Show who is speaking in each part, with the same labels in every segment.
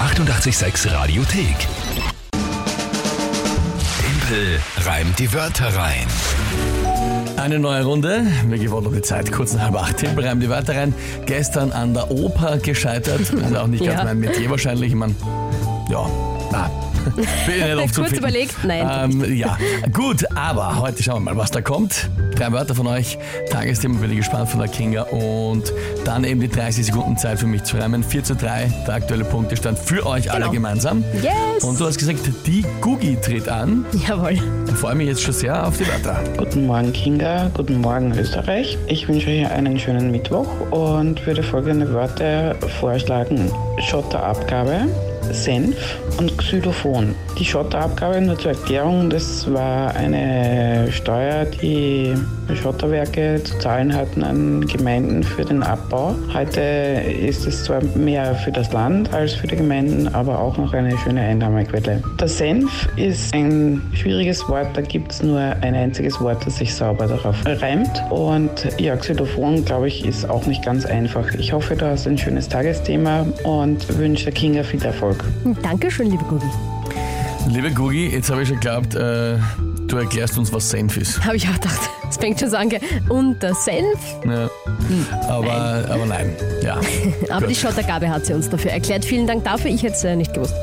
Speaker 1: 886 Radiothek. Tempel reimt die Wörter rein.
Speaker 2: Eine neue Runde. Mir gewollt um die Zeit. Kurz nach halb acht. Tipp, reim die Wörter rein. Gestern an der Oper gescheitert. Also auch nicht ganz
Speaker 3: Ja.
Speaker 2: mein Metier wahrscheinlich. Ich mein, ja, na. Bin ich nicht oft zu
Speaker 3: Kurz
Speaker 2: finden.
Speaker 3: überlegt, nein,
Speaker 2: Ähm, ja, gut, aber heute schauen wir mal, was da kommt. Drei Wörter von euch, Tagesthema bin ich gespannt von der Kinga und dann eben die 30 Sekunden Zeit für mich zu reimen. 4 zu 3, der aktuelle Punktestand für euch alle
Speaker 3: Genau.
Speaker 2: gemeinsam.
Speaker 3: Yes!
Speaker 2: Und du hast gesagt, die Gugi tritt an.
Speaker 3: Jawohl.
Speaker 2: Ich freue mich jetzt schon sehr auf die Wörter.
Speaker 4: Guten Morgen, Kinga. Guten Morgen, Österreich. Ich wünsche euch einen schönen Mittwoch und würde folgende Wörter vorschlagen: Schotterabgabe, Senf und Xylophon. Die Schotterabgabe, nur zur Erklärung, das war eine Steuer, die Schotterwerke zu zahlen hatten an Gemeinden für den Abbau. Heute ist es zwar mehr für das Land als für die Gemeinden, aber auch noch eine schöne Einnahmequelle. Der Senf ist ein schwieriges Wort, da gibt es nur ein einziges Wort, das sich sauber darauf reimt. Und ja, Xylophon, glaube ich, ist auch nicht ganz einfach. Ich hoffe, du hast ein schönes Tagesthema und wünsche der Kinga viel Erfolg.
Speaker 3: Dankeschön, liebe Gugi.
Speaker 2: Liebe Gugi, jetzt habe ich schon geglaubt, äh, du erklärst uns, was Senf ist.
Speaker 3: Habe ich auch gedacht. Es fängt schon so an, gell? und der Senf.
Speaker 2: Ja. Aber, nein. aber nein, ja.
Speaker 3: Aber
Speaker 2: Gut.
Speaker 3: die Schottergabe hat sie uns dafür erklärt. Vielen Dank dafür. Ich hätte es äh, nicht gewusst.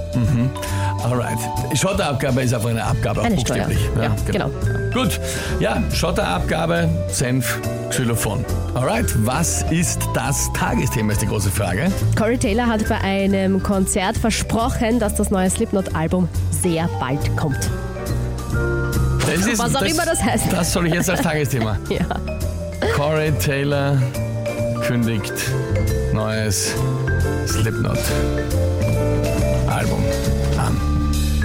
Speaker 2: Alright. Schotterabgabe ist einfach eine Abgabe, auch
Speaker 3: Eine Steuer.
Speaker 2: buchstäblich. genau.
Speaker 3: Ja, genau.
Speaker 2: Gut. Ja, Schotterabgabe, Senf, Xylophon. Alright. Was ist das Tagesthema, ist die große Frage.
Speaker 3: Corey Taylor hat bei einem Konzert versprochen, dass das neue Slipknot-Album sehr bald kommt.
Speaker 2: Das ist,
Speaker 3: Was auch immer das heißt.
Speaker 2: Das soll ich jetzt als Tagesthema.
Speaker 3: Ja.
Speaker 2: Corey Taylor kündigt neues Slipknot-Album an.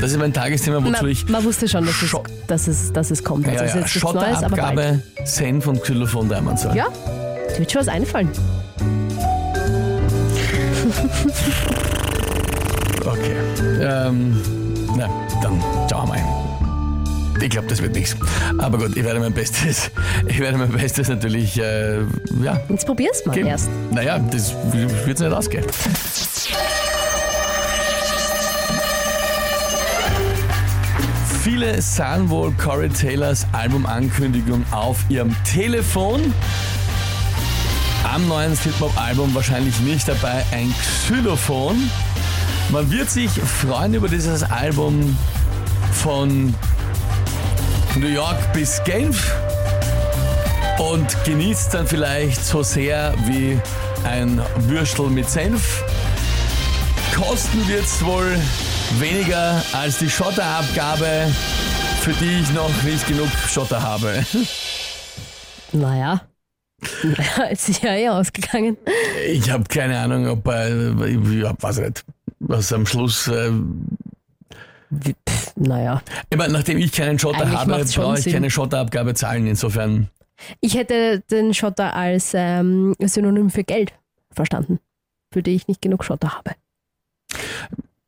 Speaker 2: Das ist mein Tagesthema, wozu
Speaker 3: Man,
Speaker 2: ich
Speaker 3: man wusste schon, dass es,
Speaker 2: Scho-
Speaker 3: dass es, dass es kommt. Also
Speaker 2: ja,
Speaker 3: es
Speaker 2: ja,
Speaker 3: ist nichts Neues, aber bald.
Speaker 2: Schotterabgabe, Senf und Xylophon reimen soll.
Speaker 3: Ja, dir wird schon was einfallen.
Speaker 2: Okay. Ähm, na, dann schauen wir mal. Ich glaube, das wird nichts. Aber gut, ich werde mein Bestes. Ich werde mein Bestes natürlich, äh, ja,
Speaker 3: Jetzt probier's mal
Speaker 2: geben.
Speaker 3: erst.
Speaker 2: Naja, das wird nicht ausgehen. Viele sahen wohl Corey Taylors Albumankündigung auf ihrem Telefon. Am neuen Slipknot-Album wahrscheinlich nicht dabei ein Xylophon. Man wird sich freuen über dieses Album von New York bis Genf und genießt dann vielleicht so sehr wie ein Würstel mit Senf. Kosten wird es wohl weniger als die Schotterabgabe, für die ich noch nicht genug Schotter habe.
Speaker 3: Naja. Naja, ist ja eh ausgegangen.
Speaker 2: Ich habe keine Ahnung, ob bei, ich hab, weiß nicht, was am Schluss. Äh,
Speaker 3: Pff, naja.
Speaker 2: ich mein, nachdem ich keinen Schotter
Speaker 3: Eigentlich
Speaker 2: habe,
Speaker 3: macht's schon
Speaker 2: brauche ich
Speaker 3: Sinn.
Speaker 2: keine Schotterabgabe zahlen. Insofern,
Speaker 3: Ich hätte den Schotter als ähm, Synonym für Geld verstanden, für die ich nicht genug Schotter habe.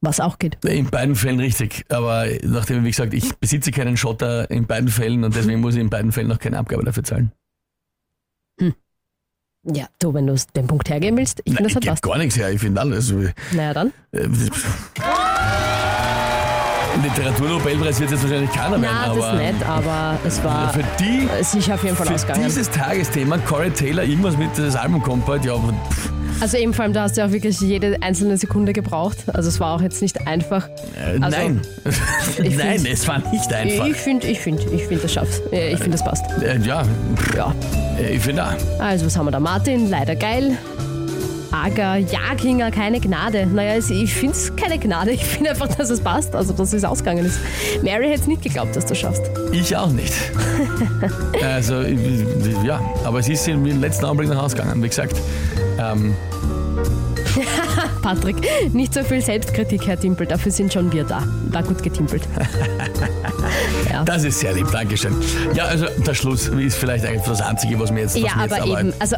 Speaker 3: Was auch geht.
Speaker 2: in beiden Fällen richtig. Aber nachdem, wie gesagt, ich besitze keinen Schotter in beiden Fällen und deswegen muss ich in beiden Fällen noch keine Abgabe dafür zahlen.
Speaker 3: Ja, du, wenn du den Punkt hergeben willst, ich
Speaker 2: Nein,
Speaker 3: finde, das
Speaker 2: ich
Speaker 3: hat
Speaker 2: gebe
Speaker 3: was.
Speaker 2: gar nichts her, ich finde alles. Äh,
Speaker 3: Naja, dann.
Speaker 2: Literaturnobelpreis wird jetzt wahrscheinlich keiner werden,
Speaker 3: Na, das
Speaker 2: aber äh,
Speaker 3: nicht, aber es war
Speaker 2: für die,
Speaker 3: sicher auf jeden Fall
Speaker 2: für
Speaker 3: ausgegangen.
Speaker 2: dieses Tagesthema, Corey Taylor, irgendwas mit äh, das Album kommt bald, ja, aber pff,
Speaker 3: Also eben vor allem, da hast du auch wirklich jede einzelne Sekunde gebraucht. Also es war auch jetzt nicht einfach.
Speaker 2: äh,
Speaker 3: Also,
Speaker 2: nein.
Speaker 3: ich
Speaker 2: nein,
Speaker 3: find-
Speaker 2: es war nicht einfach.
Speaker 3: Ich finde, ich finde, ich finde, das schafft. Ich finde, das passt.
Speaker 2: Äh, ja, ja. Äh, ich finde auch.
Speaker 3: Also, was haben wir da? Martin, leider geil. Ager, Jaginger, keine Gnade. Naja, also ich finde es keine Gnade. Ich finde einfach, dass es passt, also dass es ausgegangen ist. Mary hätte es nicht geglaubt, dass du schaffst.
Speaker 2: Ich auch nicht. also, ich- ich- ja, aber es ist im letzten Augenblick nach Hause gegangen, wie gesagt. Ähm,
Speaker 3: Patrick, nicht so viel Selbstkritik, Herr Timpel. Dafür sind schon wir da. War gut getimpelt.
Speaker 2: das ist sehr lieb, Dankeschön. Ja, also der Schluss ist vielleicht eigentlich das Einzige, was mir jetzt, was
Speaker 3: ja,
Speaker 2: mir jetzt
Speaker 3: aber eben. Also,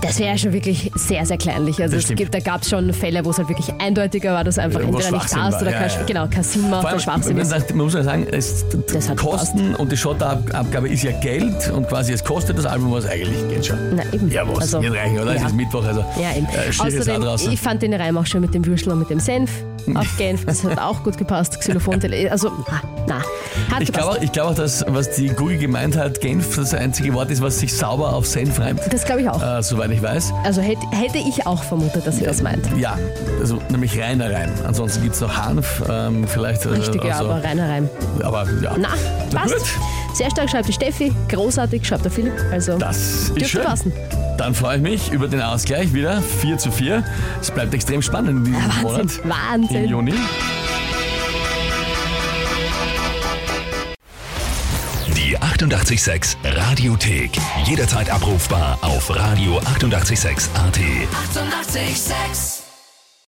Speaker 3: Das wäre ja schon wirklich sehr, sehr kleinlich. Also
Speaker 2: Das
Speaker 3: es
Speaker 2: stimmt.
Speaker 3: gibt, da gab es schon Fälle, wo es halt wirklich eindeutiger war, dass einfach
Speaker 2: Ja, wo
Speaker 3: entweder nicht
Speaker 2: Schwachsinn
Speaker 3: da ist
Speaker 2: war.
Speaker 3: oder
Speaker 2: Ja,
Speaker 3: kein,
Speaker 2: ja.
Speaker 3: Genau, kein Sinn macht
Speaker 2: Vor
Speaker 3: und
Speaker 2: allem,
Speaker 3: Schwachsinn
Speaker 2: man
Speaker 3: ist.
Speaker 2: sagt, man muss ja sagen, es,
Speaker 3: Das hat
Speaker 2: Kosten und die Schotterabgabe ist ja Geld und quasi es kostet das Album, was eigentlich geht schon.
Speaker 3: Na eben.
Speaker 2: Ja, was?
Speaker 3: Also,
Speaker 2: Also, reichen, oder? Es
Speaker 3: ja.
Speaker 2: ist Mittwoch, also
Speaker 3: Ja, eben.
Speaker 2: äh, schieres Haar
Speaker 3: Außerdem,
Speaker 2: draußen.
Speaker 3: ich fand den Reim auch schön mit dem Würstel und mit dem Senf auf Genf. Das hat auch gut gepasst. Xylophon, Tele- also, na, na. Hat
Speaker 2: Ich
Speaker 3: gepasst.
Speaker 2: glaube auch, ich glaub auch, dass, was die Google gemeint hat, Genf das einzige Wort ist, was sich sauber auf Senf reimt,
Speaker 3: das glaube ich auch.
Speaker 2: äh, soweit ich weiß.
Speaker 3: Also hätte, hätte ich auch vermutet, dass sie das meint.
Speaker 2: Ja, also nämlich reiner Reim. Ansonsten gibt es noch Hanf, ähm, vielleicht. äh,
Speaker 3: Richtig, ja,
Speaker 2: also,
Speaker 3: aber reiner Reim.
Speaker 2: aber ja.
Speaker 3: Na, passt.
Speaker 2: gut.
Speaker 3: Sehr stark schreibt die Steffi, großartig schreibt der Philipp. Also,
Speaker 2: Das ist
Speaker 3: Dürfte
Speaker 2: schön.
Speaker 3: passen.
Speaker 2: Dann freue ich mich über den Ausgleich wieder. 4 zu 4. Es bleibt extrem spannend in diesem
Speaker 3: Wahnsinn,
Speaker 2: Monat. Im
Speaker 3: Wahnsinn.
Speaker 2: Juni.
Speaker 1: Die 886 Radiothek. Jederzeit abrufbar auf radio886.at. 886! 886.
Speaker 5: 886